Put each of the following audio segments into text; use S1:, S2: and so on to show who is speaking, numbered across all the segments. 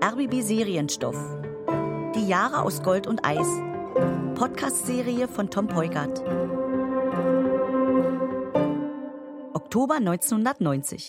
S1: RBB Serienstoff. Die Jahre aus Gold und Eis. Podcast-Serie von Tom Peugert. Oktober 1990.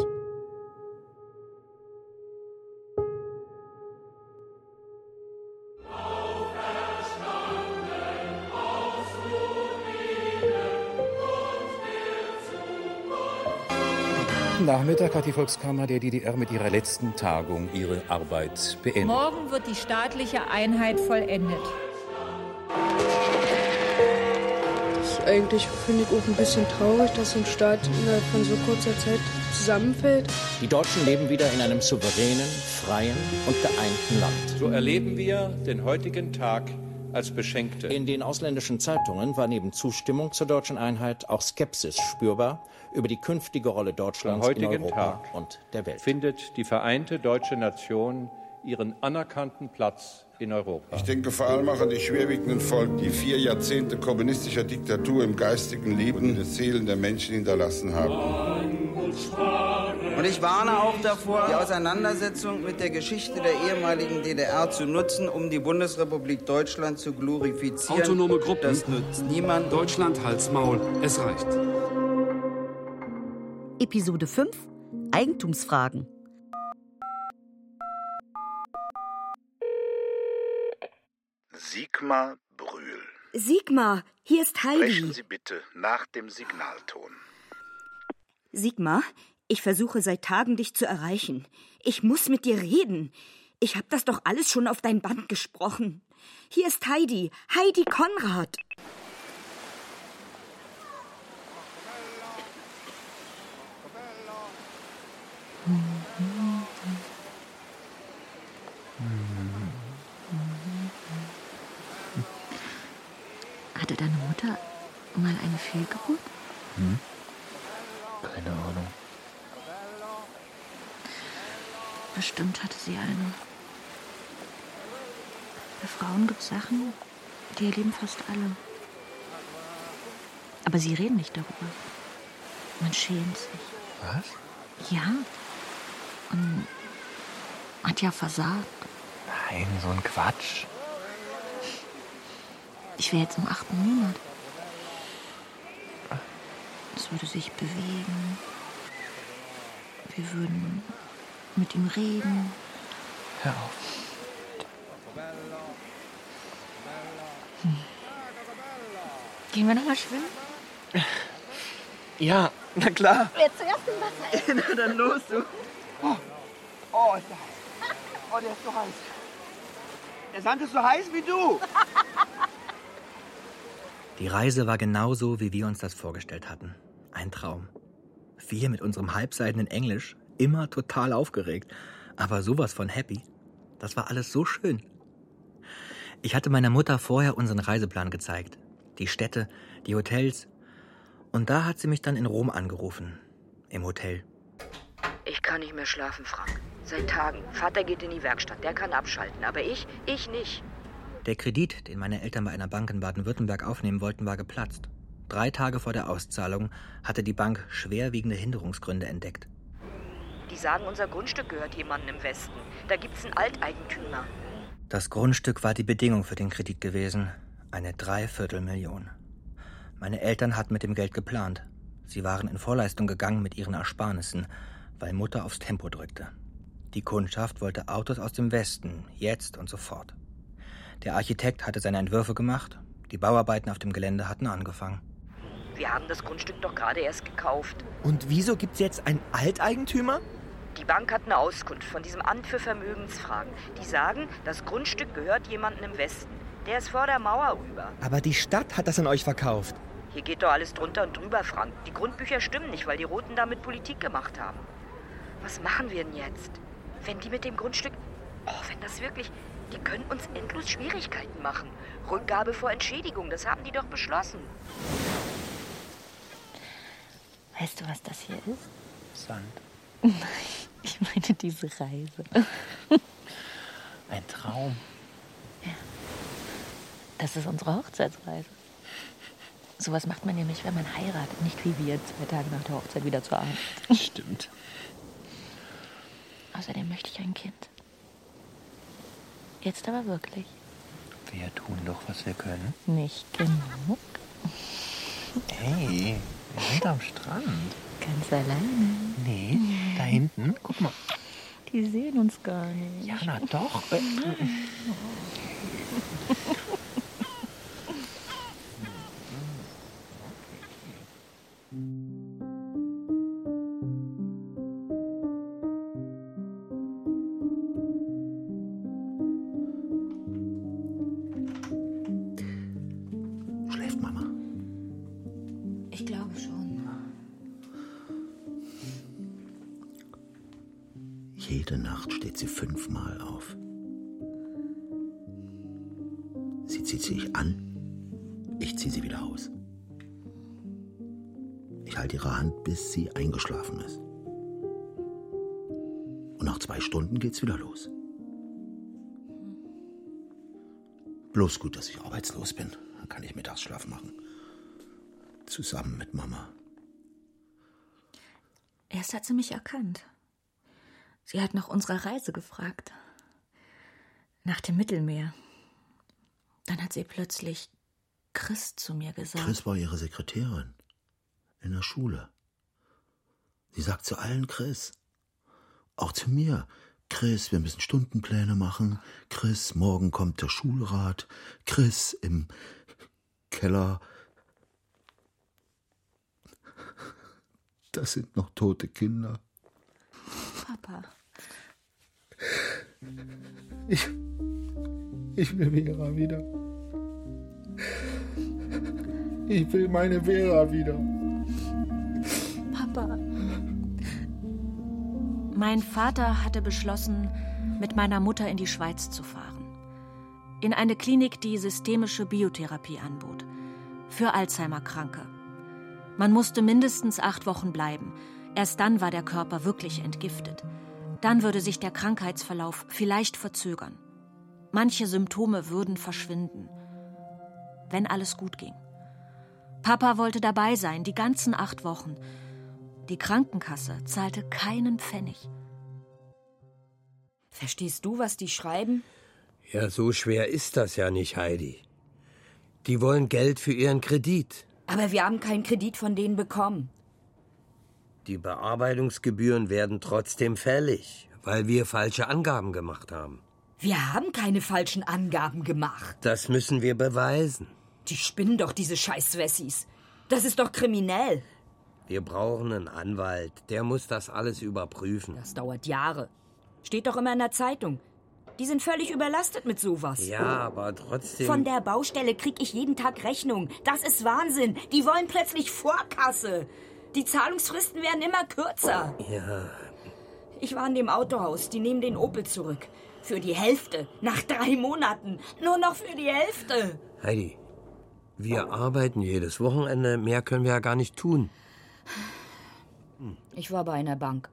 S2: Nachmittag hat die Volkskammer der DDR mit ihrer letzten Tagung ihre Arbeit beendet.
S3: Genau.
S4: Morgen wird die staatliche Einheit vollendet.
S5: Eigentlich finde ich auch ein bisschen traurig, dass ein Staat innerhalb von so kurzer Zeit zusammenfällt.
S3: Die Deutschen leben wieder in einem souveränen, freien und geeinten Land.
S6: So erleben wir den heutigen Tag als Beschenkte.
S3: In den ausländischen Zeitungen war neben Zustimmung zur deutschen Einheit auch Skepsis spürbar über die künftige Rolle
S6: Am
S3: Deutschlands in
S6: heutigen
S3: Europa
S6: Tag
S3: und der Welt.
S6: findet die vereinte deutsche Nation ihren anerkannten Platz in Europa.
S7: Ich denke vor allem auch an die schwerwiegenden Folgen, die vier Jahrzehnte kommunistischer Diktatur im geistigen Leben und in den Seelen der Menschen hinterlassen haben.
S8: Und ich warne auch davor, die Auseinandersetzung mit der Geschichte der ehemaligen DDR zu nutzen, um die Bundesrepublik Deutschland zu glorifizieren.
S9: Autonome Gruppen.
S8: Das nützt niemand.
S9: Deutschland, Hals, Maul, es reicht.
S1: Episode 5 Eigentumsfragen.
S10: Sigmar Brühl.
S11: Sigmar, hier ist
S10: Sprechen
S11: Heidi.
S10: Sie bitte nach dem Signalton.
S11: Sigmar, ich versuche seit Tagen, dich zu erreichen. Ich muss mit dir reden. Ich hab das doch alles schon auf dein Band gesprochen. Hier ist Heidi, Heidi Konrad.
S12: Hatte deine Mutter mal eine Fehlgeburt?
S3: Hm? Keine Ahnung.
S12: Bestimmt hatte sie eine. Bei Frauen gibt es Sachen, die erleben fast alle. Aber sie reden nicht darüber. Man schämt sich.
S3: Was?
S12: Ja. Und hat ja versagt.
S3: Nein, so ein Quatsch.
S12: Ich wäre jetzt im achten Monat. Es würde sich bewegen. Wir würden mit ihm reden.
S3: Hör auf.
S12: Gehen wir nochmal schwimmen?
S3: Ja, na klar.
S12: Wer zuerst im Wasser ist.
S8: Na dann los, du.
S13: Oh, ist der heiß. Oh, der ist so heiß. Der Sand ist so heiß wie du.
S14: Die Reise war genauso, wie wir uns das vorgestellt hatten. Ein Traum. Wir mit unserem halbseidenen Englisch, immer total aufgeregt, aber sowas von happy. Das war alles so schön. Ich hatte meiner Mutter vorher unseren Reiseplan gezeigt. Die Städte, die Hotels. Und da hat sie mich dann in Rom angerufen. Im Hotel.
S15: Ich kann nicht mehr schlafen, Frank. Seit Tagen. Vater geht in die Werkstatt, der kann abschalten, aber ich, ich nicht.
S14: Der Kredit, den meine Eltern bei einer Bank in Baden-Württemberg aufnehmen wollten, war geplatzt. Drei Tage vor der Auszahlung hatte die Bank schwerwiegende Hinderungsgründe entdeckt.
S15: Die sagen, unser Grundstück gehört jemandem im Westen. Da gibt's einen Alteigentümer.
S14: Das Grundstück war die Bedingung für den Kredit gewesen. Eine Dreiviertelmillion. Meine Eltern hatten mit dem Geld geplant. Sie waren in Vorleistung gegangen mit ihren Ersparnissen, weil Mutter aufs Tempo drückte. Die Kundschaft wollte Autos aus dem Westen, jetzt und sofort. Der Architekt hatte seine Entwürfe gemacht, die Bauarbeiten auf dem Gelände hatten angefangen.
S15: Wir haben das Grundstück doch gerade erst gekauft.
S14: Und wieso gibt's jetzt einen Alteigentümer?
S15: Die Bank hat eine Auskunft von diesem Amt für Vermögensfragen. Die sagen, das Grundstück gehört jemandem im Westen. Der ist vor der Mauer rüber.
S14: Aber die Stadt hat das an euch verkauft.
S15: Hier geht doch alles drunter und drüber, Frank. Die Grundbücher stimmen nicht, weil die Roten damit Politik gemacht haben. Was machen wir denn jetzt? Wenn die mit dem Grundstück. Oh, wenn das wirklich. Die können uns endlos Schwierigkeiten machen. Rückgabe vor Entschädigung, das haben die doch beschlossen.
S12: Weißt du, was das hier ist?
S14: Sand.
S12: Nein, ich meine diese Reise.
S14: Ein Traum.
S12: Das ist unsere Hochzeitsreise. Sowas macht man nämlich, wenn man heiratet, nicht wie wir zwei Tage nach der Hochzeit wieder zur Arbeit.
S14: Stimmt.
S12: Außerdem möchte ich ein Kind.
S16: Jetzt aber wirklich.
S14: Wir tun doch, was wir können.
S16: Nicht genug.
S14: Hey, wir sind am Strand.
S16: Ganz alleine.
S14: Nee, da hinten. Guck mal.
S16: Die sehen uns gar nicht.
S14: Ja, na doch. Schläft Mama.
S12: Ich glaube schon.
S10: Jede Nacht steht sie fünfmal auf. Sie zieht sich an, ich ziehe sie wieder aus. Ich halte ihre Hand, bis sie eingeschlafen ist. Und nach zwei Stunden geht's wieder los. Bloß gut, dass ich arbeitslos bin. Dann kann ich Mittagsschlaf machen. Zusammen mit Mama.
S12: Erst hat sie mich erkannt. Sie hat nach unserer Reise gefragt. Nach dem Mittelmeer. Dann hat sie plötzlich Chris zu mir gesagt.
S10: Chris war ihre Sekretärin. In der Schule. Sie sagt zu allen Chris. Auch zu mir. Chris, wir müssen Stundenpläne machen. Chris, morgen kommt der Schulrat. Chris im Keller. Das sind noch tote Kinder.
S12: Papa.
S10: Ich, ich will Vera wieder. Ich will meine Vera wieder.
S12: Papa. Mein Vater hatte beschlossen, mit meiner Mutter in die Schweiz zu fahren. In eine Klinik, die systemische Biotherapie anbot. Für Alzheimer-Kranke. Man musste mindestens acht Wochen bleiben. Erst dann war der Körper wirklich entgiftet. Dann würde sich der Krankheitsverlauf vielleicht verzögern. Manche Symptome würden verschwinden. Wenn alles gut ging. Papa wollte dabei sein, die ganzen acht Wochen. Die Krankenkasse zahlte keinen Pfennig.
S15: Verstehst du, was die schreiben?
S17: Ja, so schwer ist das ja nicht, Heidi. Die wollen Geld für ihren Kredit.
S15: Aber wir haben keinen Kredit von denen bekommen.
S17: Die Bearbeitungsgebühren werden trotzdem fällig, weil wir falsche Angaben gemacht haben.
S15: Wir haben keine falschen Angaben gemacht.
S17: Das müssen wir beweisen.
S15: Die spinnen doch diese Scheißwessis. Das ist doch kriminell.
S17: Wir brauchen einen Anwalt. Der muss das alles überprüfen.
S15: Das dauert Jahre. Steht doch immer in der Zeitung. Die sind völlig überlastet mit sowas.
S17: Ja, aber trotzdem.
S15: Von der Baustelle krieg ich jeden Tag Rechnung. Das ist Wahnsinn. Die wollen plötzlich Vorkasse. Die Zahlungsfristen werden immer kürzer.
S17: Ja.
S15: Ich war in dem Autohaus. Die nehmen den Opel zurück. Für die Hälfte. Nach drei Monaten. Nur noch für die Hälfte.
S17: Heidi, wir arbeiten jedes Wochenende. Mehr können wir ja gar nicht tun.
S15: Ich war bei einer Bank.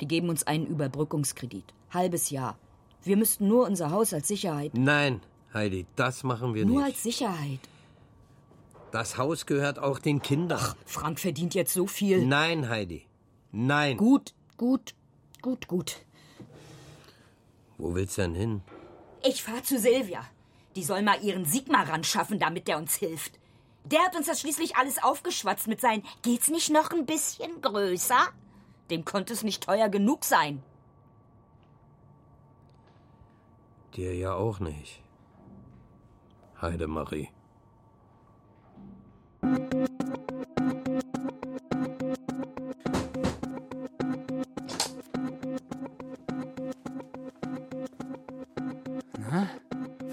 S15: Die geben uns einen Überbrückungskredit. Halbes Jahr. Wir müssten nur unser Haus als Sicherheit.
S17: Nein, Heidi, das machen wir
S15: Nur
S17: nicht.
S15: als Sicherheit.
S17: Das Haus gehört auch den Kindern.
S15: Frank verdient jetzt so viel.
S17: Nein, Heidi. Nein.
S15: Gut, gut, gut, gut.
S17: Wo willst du denn hin?
S15: Ich fahr zu Silvia. Die soll mal ihren Sigmar ran schaffen, damit der uns hilft. Der hat uns das schließlich alles aufgeschwatzt mit seinen Geht's nicht noch ein bisschen größer? Dem konnte es nicht teuer genug sein.
S17: Dir ja auch nicht. Heidemarie.
S9: Na?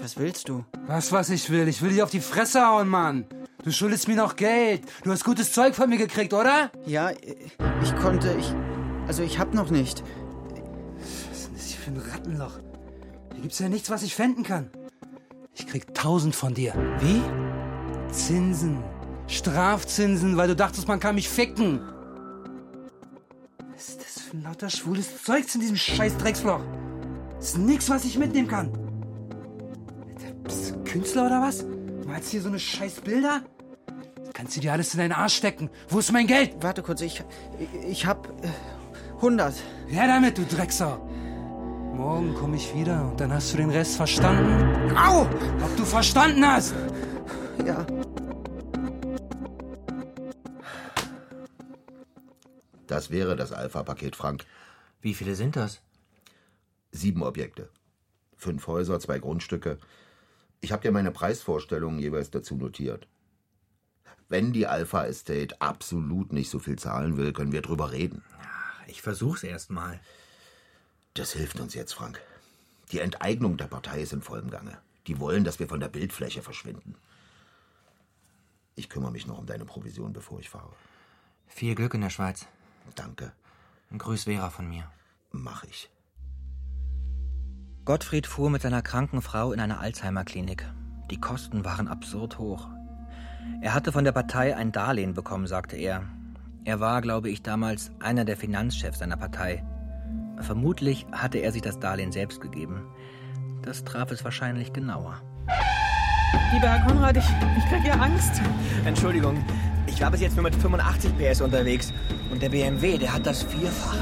S18: Was willst du?
S9: Was, was ich will? Ich will dich auf die Fresse hauen, Mann. Du schuldest mir noch Geld. Du hast gutes Zeug von mir gekriegt, oder?
S18: Ja, ich konnte, ich. Also ich hab noch nicht.
S9: Was ist denn das hier für ein Rattenloch? Hier gibt's ja nichts, was ich fänden kann. Ich krieg tausend von dir. Wie? Zinsen. Strafzinsen, weil du dachtest, man kann mich ficken. Was ist das für ein lauter schwules Zeugs in diesem scheiß Drecksloch? Das ist nix, was ich mitnehmen kann. Alter, Bist du Künstler oder was? Malst hier so eine scheiß Bilder? Das Kannst du dir alles in deinen Arsch stecken? Wo ist mein Geld?
S18: Warte kurz, ich. Ich hab. äh, 100.
S9: Her damit, du Drecksau. Morgen komme ich wieder und dann hast du den Rest verstanden. Au! Ob du verstanden hast?
S18: Ja.
S2: Das wäre das Alpha-Paket, Frank.
S14: Wie viele sind das?
S2: Sieben Objekte. Fünf Häuser, zwei Grundstücke. Ich habe dir meine Preisvorstellungen jeweils dazu notiert. Wenn die Alpha Estate absolut nicht so viel zahlen will, können wir drüber reden.
S14: Ich versuch's erst mal.
S2: Das hilft uns jetzt, Frank. Die Enteignung der Partei ist in vollem Gange. Die wollen, dass wir von der Bildfläche verschwinden. Ich kümmere mich noch um deine Provision, bevor ich fahre.
S14: Viel Glück in der Schweiz.
S2: Danke.
S14: Grüß Vera von mir.
S2: Mach ich.
S14: Gottfried fuhr mit seiner kranken Frau in eine Alzheimer-Klinik. Die Kosten waren absurd hoch. Er hatte von der Partei ein Darlehen bekommen, sagte er. Er war, glaube ich, damals einer der Finanzchefs seiner Partei. Vermutlich hatte er sich das Darlehen selbst gegeben. Das traf es wahrscheinlich genauer.
S19: Lieber Herr Konrad, ich, ich kriege ja Angst.
S14: Entschuldigung, ich war bis jetzt nur mit 85 PS unterwegs. Und der BMW, der hat das Vierfache.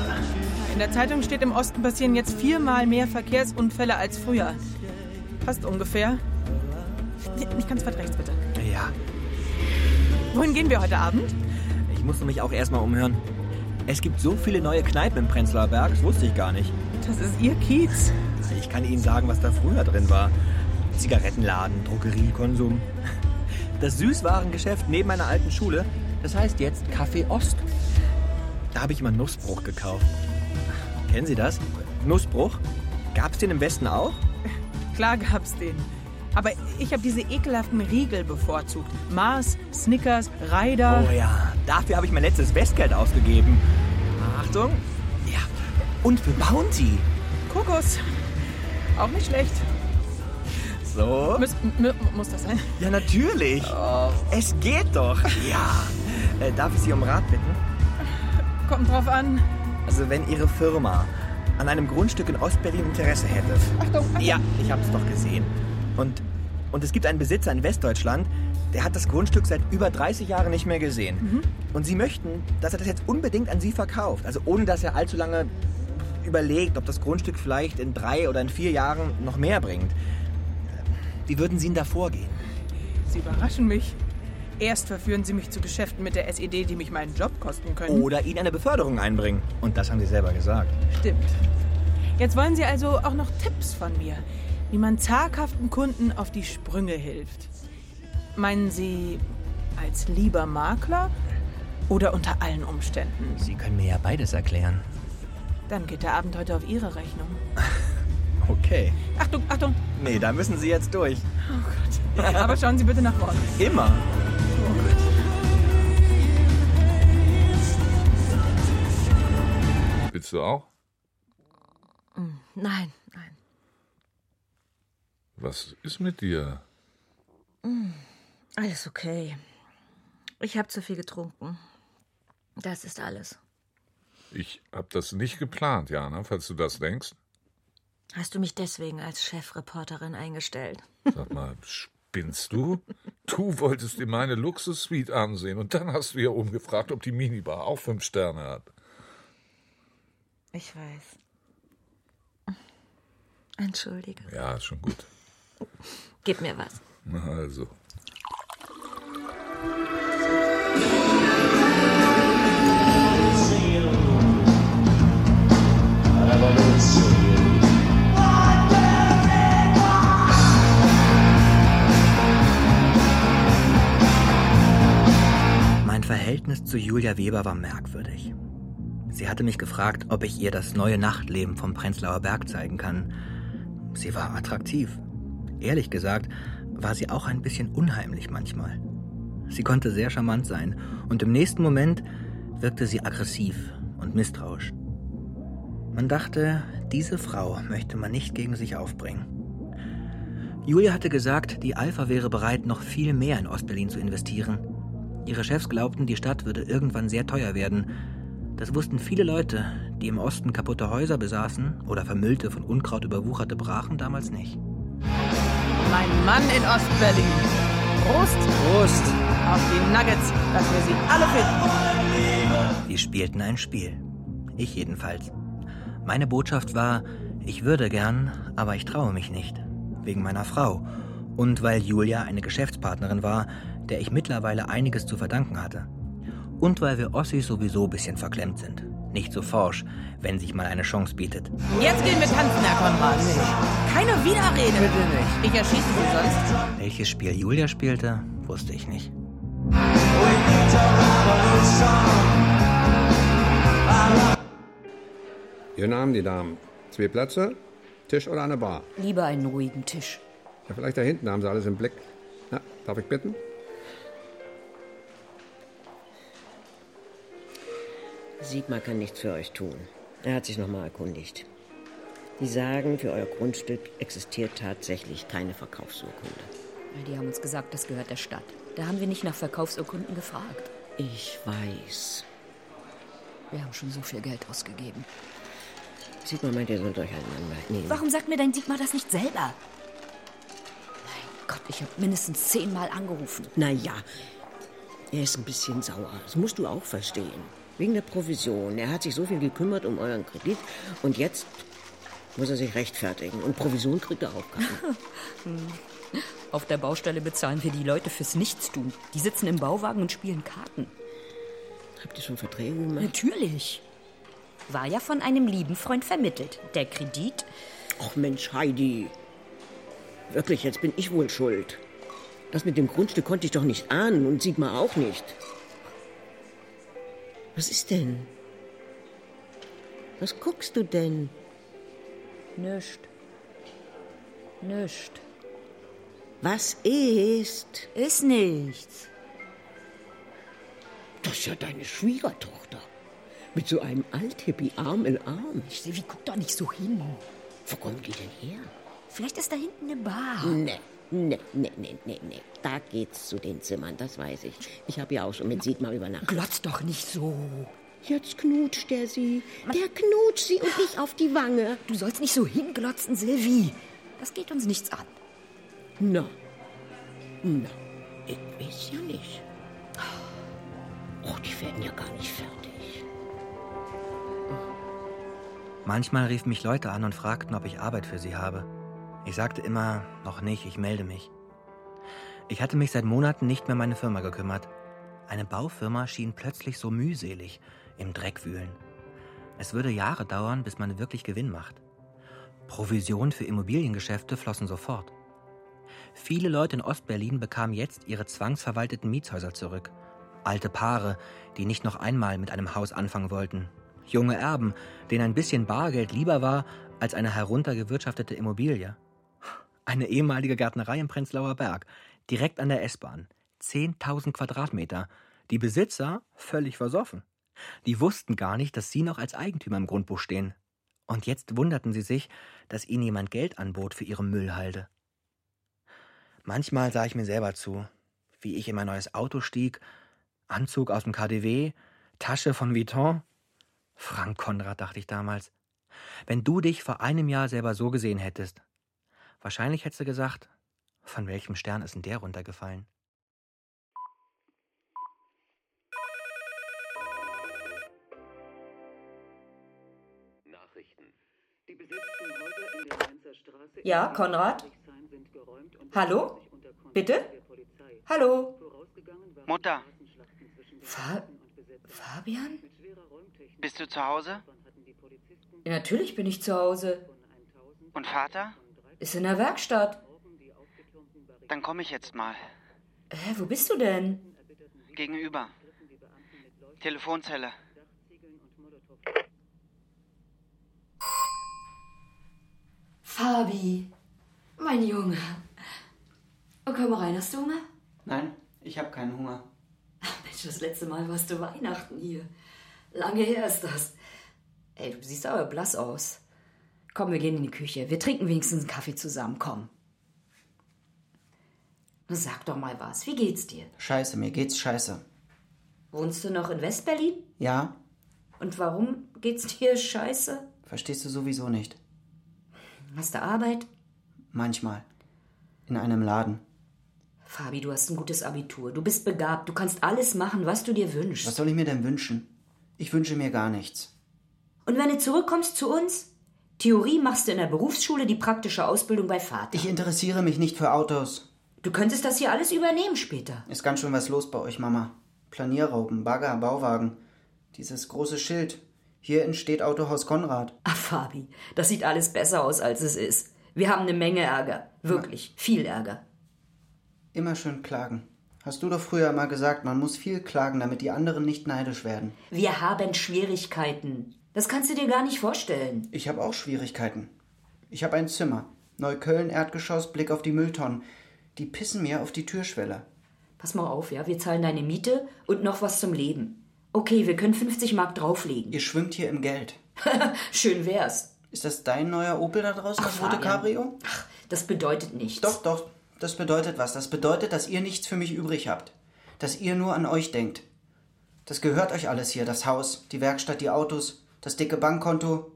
S19: In der Zeitung steht, im Osten passieren jetzt viermal mehr Verkehrsunfälle als früher. Passt ungefähr. Nicht- Nicht ganz weit rechts, bitte.
S14: Ja,
S19: Wohin gehen wir heute Abend?
S14: ich musste mich auch erstmal umhören. Es gibt so viele neue Kneipen im Prenzlauer Berg, das wusste ich gar nicht.
S19: Das ist Ihr Kiez.
S14: Ich kann Ihnen sagen, was da früher drin war. Zigarettenladen, Drogeriekonsum. Das Süßwarengeschäft neben meiner alten Schule, das heißt jetzt Café Ost. Da habe ich immer Nussbruch gekauft. Kennen Sie das? Nussbruch? Gab's den im Westen auch?
S19: Klar gab's den. Aber ich habe diese ekelhaften Riegel bevorzugt. Mars, Snickers, Ryder.
S14: Oh ja, dafür habe ich mein letztes Westgeld ausgegeben. Achtung. Ja, und für Bounty.
S19: Kokos. Auch nicht schlecht.
S14: So?
S19: Muss, mu- muss das sein?
S14: Ja, natürlich. Es geht doch. Ja. Äh, darf ich Sie um Rat bitten?
S19: Kommt drauf an.
S14: Also, wenn Ihre Firma an einem Grundstück in Ostberlin Interesse hätte.
S19: Achtung, Achtung.
S14: Ja, ich hab's doch gesehen. Und, und es gibt einen Besitzer in Westdeutschland, der hat das Grundstück seit über 30 Jahren nicht mehr gesehen.
S19: Mhm.
S14: Und Sie möchten, dass er das jetzt unbedingt an Sie verkauft. Also, ohne dass er allzu lange überlegt, ob das Grundstück vielleicht in drei oder in vier Jahren noch mehr bringt. Wie würden Sie denn da vorgehen?
S19: Sie überraschen mich. Erst verführen Sie mich zu Geschäften mit der SED, die mich meinen Job kosten können.
S14: Oder Ihnen eine Beförderung einbringen. Und das haben Sie selber gesagt.
S19: Stimmt. Jetzt wollen Sie also auch noch Tipps von mir, wie man zaghaften Kunden auf die Sprünge hilft. Meinen Sie als lieber Makler oder unter allen Umständen?
S14: Sie können mir ja beides erklären.
S19: Dann geht der Abend heute auf Ihre Rechnung.
S14: Okay.
S19: Achtung, Achtung!
S14: Nee, da müssen Sie jetzt durch.
S19: Oh Gott. Aber schauen Sie bitte nach vorne.
S14: Immer.
S20: Willst du auch?
S12: Hm, Nein, nein.
S20: Was ist mit dir?
S12: Hm, Alles okay. Ich habe zu viel getrunken. Das ist alles.
S20: Ich hab das nicht geplant, Jana, falls du das denkst.
S12: Hast du mich deswegen als Chefreporterin eingestellt?
S20: Sag mal, spinnst du? Du wolltest dir meine Luxussuite ansehen und dann hast du ja umgefragt, ob die Minibar auch fünf Sterne hat.
S12: Ich weiß. Entschuldige.
S20: Ja, ist schon gut.
S12: Gib mir was.
S20: Na also.
S14: Mein Verhältnis zu Julia Weber war merkwürdig. Sie hatte mich gefragt, ob ich ihr das neue Nachtleben vom Prenzlauer Berg zeigen kann. Sie war attraktiv. Ehrlich gesagt, war sie auch ein bisschen unheimlich manchmal. Sie konnte sehr charmant sein und im nächsten Moment wirkte sie aggressiv und misstrauisch. Man dachte, diese Frau möchte man nicht gegen sich aufbringen. Julia hatte gesagt, die Alpha wäre bereit, noch viel mehr in Ostberlin zu investieren. Ihre Chefs glaubten, die Stadt würde irgendwann sehr teuer werden. Das wussten viele Leute, die im Osten kaputte Häuser besaßen oder vermüllte, von Unkraut überwucherte Brachen damals nicht.
S19: Mein Mann in Ostberlin. Prost. Prost. Auf die Nuggets, dass wir sie alle finden.
S14: Sie spielten ein Spiel. Ich jedenfalls. Meine Botschaft war, Ich würde gern, aber ich traue mich nicht. Wegen meiner Frau. Und weil Julia eine Geschäftspartnerin war, der ich mittlerweile einiges zu verdanken hatte. Und weil wir Ossis sowieso ein bisschen verklemmt sind. Nicht so forsch, wenn sich mal eine Chance bietet.
S4: Jetzt gehen wir tanzen, Herr Konrad. Keine Widerrede. Bitte nicht. Ich erschieße Sie sonst.
S14: Welches Spiel Julia spielte, wusste ich nicht.
S21: Ihren Namen, die Damen. Zwei Plätze, Tisch oder eine Bar?
S15: Lieber einen ruhigen Tisch.
S21: Ja, vielleicht da hinten haben sie alles im Blick. Na, darf ich bitten?
S22: Sigmar kann nichts für euch tun. Er hat sich nochmal erkundigt. Die sagen, für euer Grundstück existiert tatsächlich keine Verkaufsurkunde.
S15: Die haben uns gesagt, das gehört der Stadt. Da haben wir nicht nach Verkaufsurkunden gefragt.
S22: Ich weiß.
S15: Wir haben schon so viel Geld ausgegeben.
S22: Sigmar meint, ihr sollt euch halt einen Anwalt nehmen.
S15: Warum sagt mir dein Sigmar das nicht selber? Mein Gott, ich habe mindestens zehnmal angerufen.
S22: Naja, er ist ein bisschen sauer. Das musst du auch verstehen. Wegen der Provision. Er hat sich so viel gekümmert um euren Kredit und jetzt muss er sich rechtfertigen. Und Provision kriegt er auch gar nicht.
S15: Hm. Auf der Baustelle bezahlen wir die Leute fürs Nichtstun. Die sitzen im Bauwagen und spielen Karten.
S22: Habt ihr schon Verträge gemacht?
S15: Natürlich. War ja von einem lieben Freund vermittelt. Der Kredit.
S22: Ach Mensch, Heidi. Wirklich, jetzt bin ich wohl schuld. Das mit dem Grundstück konnte ich doch nicht ahnen und Sigmar auch nicht. Was ist denn? Was guckst du denn?
S15: Nüscht. Nüscht.
S22: Was ist?
S15: Ist nichts.
S22: Das ist ja deine Schwiegertochter. Mit so einem Althippie Arm in Arm.
S15: Ich sehe, wie guck doch nicht so hin.
S22: Wo kommt die denn her? Hm.
S15: Vielleicht ist da hinten eine Bar.
S22: Nee, nee, nee, nee, nee, nee. Da geht's zu den Zimmern, das weiß ich. Ich habe ja auch schon mit Sigmar übernachtet.
S15: Glotz doch nicht so.
S22: Jetzt knutscht er sie. Der knutscht sie und nicht auf die Wange.
S15: Du sollst nicht so hinglotzen, Sylvie. Das geht uns nichts an.
S22: Na, na, ich weiß ja nicht. Oh, die werden ja gar nicht fertig.
S14: Manchmal riefen mich Leute an und fragten, ob ich Arbeit für sie habe. Ich sagte immer, noch nicht, ich melde mich. Ich hatte mich seit Monaten nicht mehr um meine Firma gekümmert. Eine Baufirma schien plötzlich so mühselig, im Dreck wühlen. Es würde Jahre dauern, bis man wirklich Gewinn macht. Provisionen für Immobiliengeschäfte flossen sofort. Viele Leute in Ostberlin bekamen jetzt ihre zwangsverwalteten Mietshäuser zurück. Alte Paare, die nicht noch einmal mit einem Haus anfangen wollten. Junge Erben, denen ein bisschen Bargeld lieber war als eine heruntergewirtschaftete Immobilie. Eine ehemalige Gärtnerei im Prenzlauer Berg, direkt an der S-Bahn. 10.000 Quadratmeter. Die Besitzer völlig versoffen. Die wussten gar nicht, dass sie noch als Eigentümer im Grundbuch stehen. Und jetzt wunderten sie sich, dass ihnen jemand Geld anbot für ihre Müllhalde. Manchmal sah ich mir selber zu, wie ich in mein neues Auto stieg, Anzug aus dem KDW, Tasche von Vuitton. Frank Konrad, dachte ich damals. Wenn du dich vor einem Jahr selber so gesehen hättest, wahrscheinlich hättest du gesagt, von welchem Stern ist denn der runtergefallen?
S15: Ja, Konrad? Hallo? Bitte? Hallo?
S8: Mutter,
S15: Fa Fabian?
S8: bist du zu Hause?
S15: Natürlich bin ich zu Hause.
S8: Und Vater?
S15: Ist in der Werkstatt.
S8: Dann komme ich jetzt mal.
S15: Hä, wo bist du denn?
S8: Gegenüber. Telefonzelle.
S15: Fabi, mein Junge. Oh, Komm mal rein, hast du Hunger?
S23: Nein, ich habe keinen Hunger.
S15: Ach Mensch, das letzte Mal warst du Weihnachten hier. Lange her ist das. Ey, du siehst aber blass aus. Komm, wir gehen in die Küche. Wir trinken wenigstens einen Kaffee zusammen. Komm. Na, Sag doch mal was. Wie geht's dir?
S23: Scheiße, mir geht's scheiße.
S15: Wohnst du noch in Westberlin?
S23: Ja,
S15: Und warum geht's dir scheiße?
S23: verstehst du sowieso nicht.
S15: Hast du Arbeit?
S23: Manchmal. In einem Laden.
S15: Fabi, du hast ein gutes Abitur. Du bist begabt. Du kannst alles machen, was du dir wünschst.
S23: Was soll ich mir denn wünschen? Ich wünsche mir gar nichts.
S15: Und wenn du zurückkommst zu uns, Theorie machst du in der Berufsschule, die praktische Ausbildung bei Vater.
S23: Ich interessiere mich nicht für Autos.
S15: Du könntest das hier alles übernehmen später.
S23: Ist ganz schön was los bei euch, Mama. Planierraupen, Bagger, Bauwagen. Dieses große Schild. Hier entsteht Autohaus Konrad.
S15: Ach, Fabi, das sieht alles besser aus, als es ist. Wir haben eine Menge Ärger. Wirklich, viel Ärger.
S23: Immer schön klagen. Hast du doch früher immer gesagt, man muss viel klagen, damit die anderen nicht neidisch werden.
S15: Wir haben Schwierigkeiten. Das kannst du dir gar nicht vorstellen.
S23: Ich habe auch Schwierigkeiten. Ich habe ein Zimmer. Neukölln, Erdgeschoss, Blick auf die Mülltonnen. Die pissen mir auf die Türschwelle.
S15: Pass mal auf, ja? Wir zahlen deine Miete und noch was zum Leben. Okay, wir können 50 Mark drauflegen.
S23: Ihr schwimmt hier im Geld.
S15: Schön wär's.
S23: Ist das dein neuer Opel da draußen, das rote
S15: Fabian.
S23: Cabrio?
S15: Ach, das bedeutet nichts.
S23: Doch, doch, das bedeutet was. Das bedeutet, dass ihr nichts für mich übrig habt. Dass ihr nur an euch denkt. Das gehört euch alles hier. Das Haus, die Werkstatt, die Autos, das dicke Bankkonto.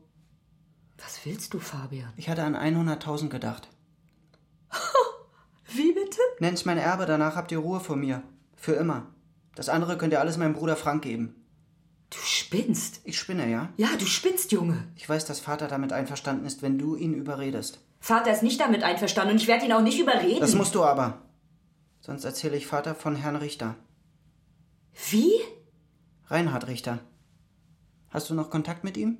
S15: Was willst du, Fabian?
S23: Ich hatte an 100.000 gedacht.
S15: Wie bitte?
S23: Nenn's mein Erbe, danach habt ihr Ruhe von mir. Für immer. Das andere könnt ihr alles meinem Bruder Frank geben.
S15: Du spinnst.
S23: Ich spinne, ja?
S15: Ja, du spinnst, Junge.
S23: Ich weiß, dass Vater damit einverstanden ist, wenn du ihn überredest.
S15: Vater ist nicht damit einverstanden und ich werde ihn auch nicht überreden.
S23: Das musst du aber. Sonst erzähle ich Vater von Herrn Richter.
S15: Wie?
S23: Reinhard Richter. Hast du noch Kontakt mit ihm?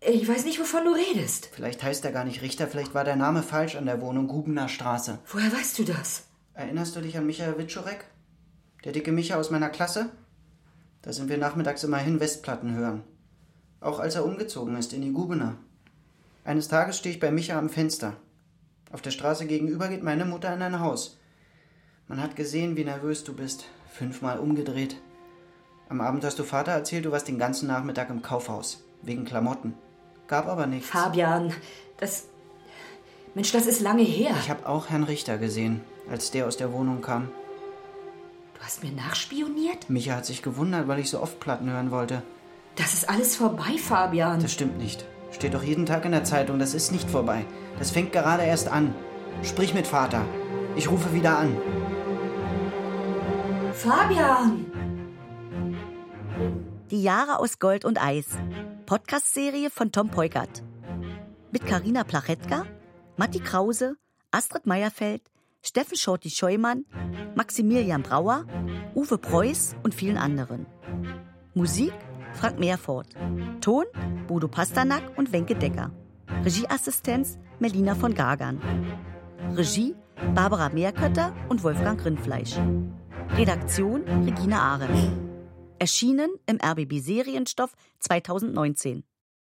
S15: Ich weiß nicht, wovon du redest.
S23: Vielleicht heißt er gar nicht Richter, vielleicht war der Name falsch an der Wohnung Hubener Straße.
S15: Woher weißt du das?
S23: Erinnerst du dich an Micha Witschurek? Der dicke Micha aus meiner Klasse? Da sind wir nachmittags immerhin Westplatten hören. Auch als er umgezogen ist in die Gubener. Eines Tages stehe ich bei Micha am Fenster. Auf der Straße gegenüber geht meine Mutter in ein Haus. Man hat gesehen, wie ne, nervös du bist. Fünfmal umgedreht. Am Abend hast du Vater erzählt, du warst den ganzen Nachmittag im Kaufhaus. Wegen Klamotten. Gab aber nichts.
S15: Fabian, das. Mensch, das ist lange her.
S23: Ich habe auch Herrn Richter gesehen, als der aus der Wohnung kam.
S15: Du hast mir nachspioniert?
S23: Micha hat sich gewundert, weil ich so oft Platten hören wollte.
S15: Das ist alles vorbei, Fabian.
S23: Das stimmt nicht. Steht doch jeden Tag in der Zeitung, das ist nicht vorbei. Das fängt gerade erst an. Sprich mit Vater. Ich rufe wieder an.
S15: Fabian!
S1: Die Jahre aus Gold und Eis. Podcast-Serie von Tom Peukert. Mit Karina Plachetka, Matti Krause, Astrid Meierfeld, Steffen Schorti-Scheumann, Maximilian Brauer, Uwe Preuß und vielen anderen. Musik Frank Meerfort. Ton Bodo Pasternak und Wenke Decker. Regieassistenz Melina von Gagern. Regie Barbara Meerkötter und Wolfgang Rindfleisch. Redaktion Regina Arendt. Erschienen im RBB Serienstoff 2019.